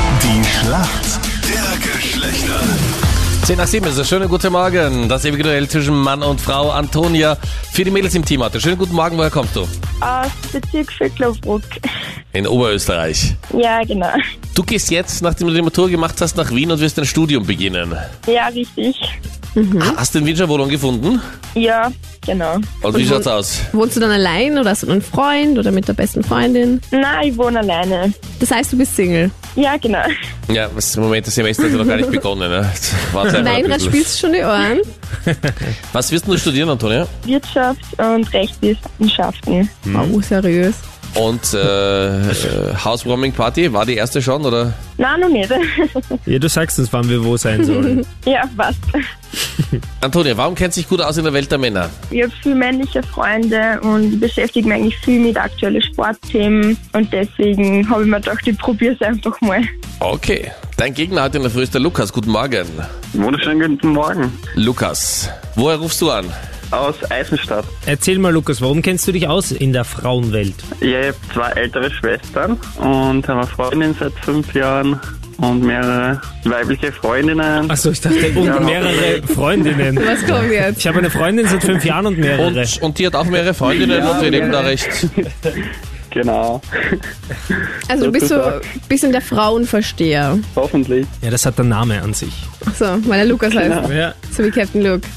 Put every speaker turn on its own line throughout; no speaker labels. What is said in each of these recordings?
Die Schlacht der Geschlechter.
10 nach 7 ist es. Schönen guten Morgen. Das ewige Duell zwischen Mann und Frau. Antonia für die Mädels im Team hatte. Schönen guten Morgen. Woher kommst du?
Aus Bezirk Vöcklerbruck.
In Oberösterreich.
Ja, genau.
Du gehst jetzt, nachdem du die Matur gemacht hast, nach Wien und wirst dein Studium beginnen.
Ja, richtig.
Hast du in Wien schon Wohnung gefunden?
Ja, genau.
Und wie schaut's aus?
Wohnst du dann allein oder hast du einen Freund oder mit der besten Freundin?
Na, ich wohne alleine.
Das heißt, du bist Single.
Ja, genau.
Ja, das Moment, das Semester hat ja noch gar nicht begonnen. Ne? Warte einfach ein
Weinrad
bisschen.
spielst schon die Ohren.
Was wirst denn du studieren, Antonia?
Wirtschaft und Rechtswissenschaften.
Hm?
Wow, seriös.
Und äh, äh, Housewarming Party, war die erste schon oder?
Na, noch nicht.
Ja, du sagst uns, wann wir wo sein sollen.
ja, was?
Antonia, warum kennt sich gut aus in der Welt der Männer?
Ich habe viele männliche Freunde und beschäftige mich eigentlich viel mit aktuellen Sportthemen. Und deswegen habe ich mir gedacht, ich probiere es einfach mal.
Okay. Dein Gegner heute in der Früh ist der Lukas. Guten Morgen.
Wunderschönen guten Morgen
Lukas, woher rufst du an?
aus Eisenstadt.
Erzähl mal, Lukas, warum kennst du dich aus in der Frauenwelt?
Ich habe zwei ältere Schwestern und habe eine Freundin seit fünf Jahren und mehrere weibliche Freundinnen.
Achso, ich dachte, und mehrere Freundinnen.
Was kommt jetzt?
Ich habe eine Freundin seit fünf Jahren und mehrere.
Und, und die hat auch mehrere Freundinnen
Ja,
und wir leben da
mehrere.
recht.
Genau,
Also du bist so ein bisschen der Frauenversteher.
hoffentlich.
Ja, das hat der Name an sich.
Ach So, weil er Lukas
Genau.
heißt.
Ja,
So wie Captain Luke.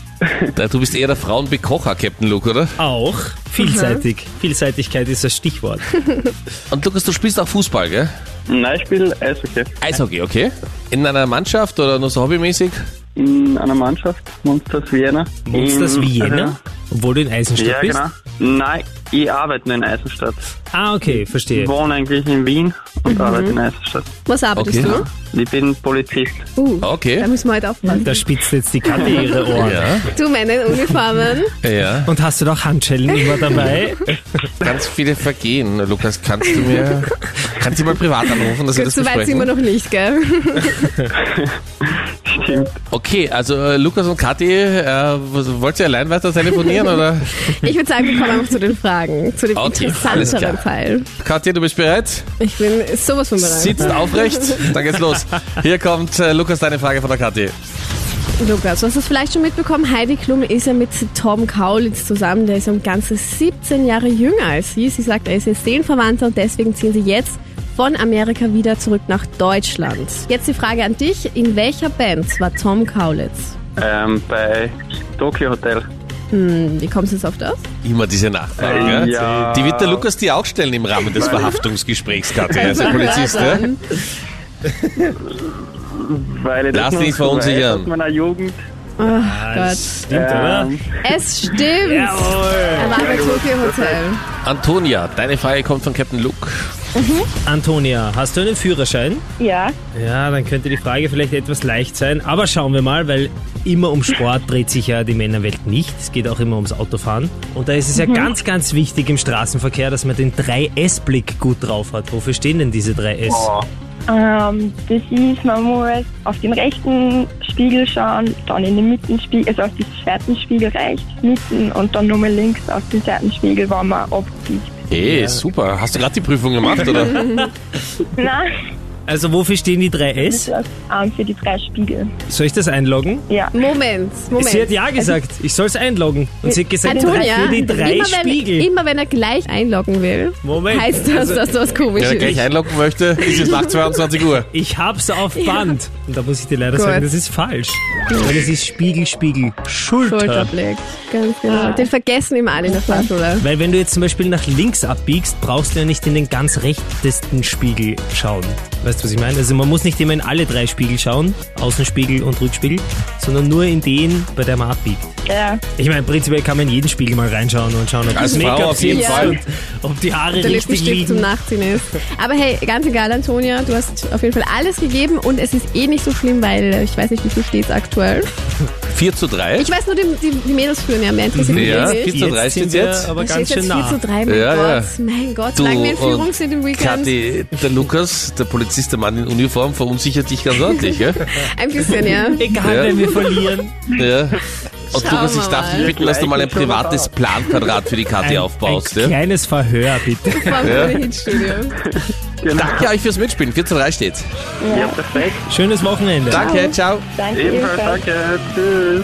Na, Du bist eher der Frauenbekocher, Captain Luke, oder?
auch vielseitig. Vielseitigkeit ist das Stichwort.
Und Lukas, du spielst auch Fußball, gell?
Nein, ich spiele Eishockey
Eishockey, okay. In einer Mannschaft oder nur so hobbymäßig?
in einer Mannschaft, Monsters Vienna.
Ist das
In-
Vienna? Obwohl du in Eisenstadt
Mhm. Ja,
bist?
genau. Nein, ich arbeite nur in Eisenstadt.
Ah, okay,
Ich
verstehe.
wohne eigentlich in Wien
Mhm.
und arbeite in Eisenstadt.
Was arbeitest
Okay.
Ich bin Polizist.
du? Uh, da
Okay.
müssen wir heute aufpassen.
Da spitzt jetzt die Katte ihre Ohren.
Ja,
Du, Männer in Uniformen.
ja.
Und hast du doch Handschellen immer dabei?
Ganz viele Vergehen. Lukas, kannst du mir, kannst du mal privat anrufen, dass wir
Gut,
das
so weit sind wir
besprechen?
noch nicht, gell?
Stimmt.
Okay, also äh, Lukas und Kathi, äh, was- wollt ihr allein weiter telefonieren oder?
Ich würde sagen, wir kommen einfach zu den Fragen. Zu dem
Okay, alles
interessanteren
klar.
Teil.
Kathi, du bist bereit?
Ich bin sowas von bereit.
Sitzt aufrecht? Dann geht's los. Hier kommt äh, Lukas deine Frage von der Kathi.
Lukas, du hast es vielleicht schon mitbekommen, Heidi Klum ist ja mit Tom Kaulitz zusammen. Der ist um ganze 17 Jahre jünger als sie. Sie sagt, er ist ihr Seelenverwandter und deswegen ziehen sie jetzt von Amerika wieder zurück nach Deutschland. Jetzt die Frage an dich, in welcher Band war Tom Kaulitz?
Ähm, bei Tokyo Hotel.
Hm, Wie kommst du jetzt auf das?
Immer diese Nachfrage.
Äh,
gell?
ja.
Die wird der Lukas dir auch stellen im Rahmen des Verhaftungsgesprächs, Kathi. Er ist ein
Also,
Polizist,
hör
ne?
dann.
Weil ich das
Lass
noch
dich
so weiß
verunsichern.
Aus meiner Jugend.
Gott.
Ah, Stimmt, oder?
Ähm,
Es stimmt. Er war bei Tokyo Hotel.
Antonia, deine Frage kommt von Captain Luke.
Antonia, hast du einen Führerschein?
Ja,
Ja, dann könnte die Frage vielleicht etwas leicht sein. Aber schauen wir mal, weil immer um Sport dreht sich ja die Männerwelt nicht. Es geht auch immer ums Autofahren. Und da ist es ja
Mhm.
ganz, ganz wichtig im Straßenverkehr, dass man den 3S-Blick gut drauf hat. Wofür stehen denn diese 3S?
oh.
ähm, das ist, man muss auf den rechten Spiegel schauen, dann in den Mittenspiegel, also auf den Seitenspiegel rechts, mitten und dann nochmal links auf den Seitenspiegel, wenn man abbiegt.
Ey, super. Hast du gerade die Prüfung gemacht, oder?
Nein,
Also wofür stehen die 3S?
das ähm, für die drei Spiegel.
Soll ich das einloggen?
Ja.
Moment, Moment. Also
Sie hat ja gesagt, ich soll es einloggen. Und sie hat gesagt,
Antonia,
für die drei
immer,
Spiegel.
Wenn, immer wenn er gleich einloggen will,
Moment.
heißt das, dass das komisch
Wenn er
ist.
gleich einloggen möchte, ist es nach 22 Uhr.
Ich hab's auf Band. Und da muss ich dir leider
Gut.
sagen, das ist falsch. Weil es ist Spiegel, Spiegel, Schulter.
Schulterblick, ganz
Ah.
genau. Den vergessen immer alle in der Fahrschule.
Weil wenn du jetzt zum Beispiel nach links abbiegst, brauchst du ja nicht in den ganz rechtesten Spiegel schauen. Weißt du, was ich meine? Also man muss nicht immer in alle drei Spiegel schauen, Außenspiegel und Rückspiegel, sondern nur in den, bei der man abbiegt.
Ja,
Ich meine, prinzipiell kann man in jeden Spiegel mal reinschauen und schauen, ob
Als
das
Frau
Make-up
auf jeden
sitzt
Fall.
und ob die Haare
Der
richtig
Lippenstift zum
liegen.
Nachziehen ist. Aber hey, ganz egal, Antonia, du hast auf jeden Fall alles gegeben und es ist eh nicht so schlimm, weil äh, ich weiß nicht, wie viel steht aktuell.
4 zu 3.
Ich weiß nur, die, die, die Mädels führen ja mehr interessiert mich
Ja,
nicht.
4 zu 3
Jetzt sind
steht
wir
jetzt.
aber
Da
ganz
steht
schön
jetzt 4
nah.
zu 3, mein
Ja, ja.
Gott. Mein Gott, solange wir in Führung
und
sind im Weekend.
Kathi, der Lukas, der Polizist, der Mann in Uniform, verunsichert dich ganz ordentlich, gell?
Ein bisschen, ja.
Egal,
Ja.
wenn wir verlieren.
Ja. Und
Schauen
Lukas, ich
wir
darf
mal.
dich bitten, dass du mal ein privates Planquadrat für die Kathi aufbaust.
ein
Ja?
kleines Verhör, bitte.
Vom ja. Hitstudio.
Genau.
Danke euch fürs Mitspielen. 14.3 steht's.
Ja, perfekt.
Schönes Wochenende.
Danke, ciao.
Danke
Ebenfalls
ebenfalls.
danke. Tschüss.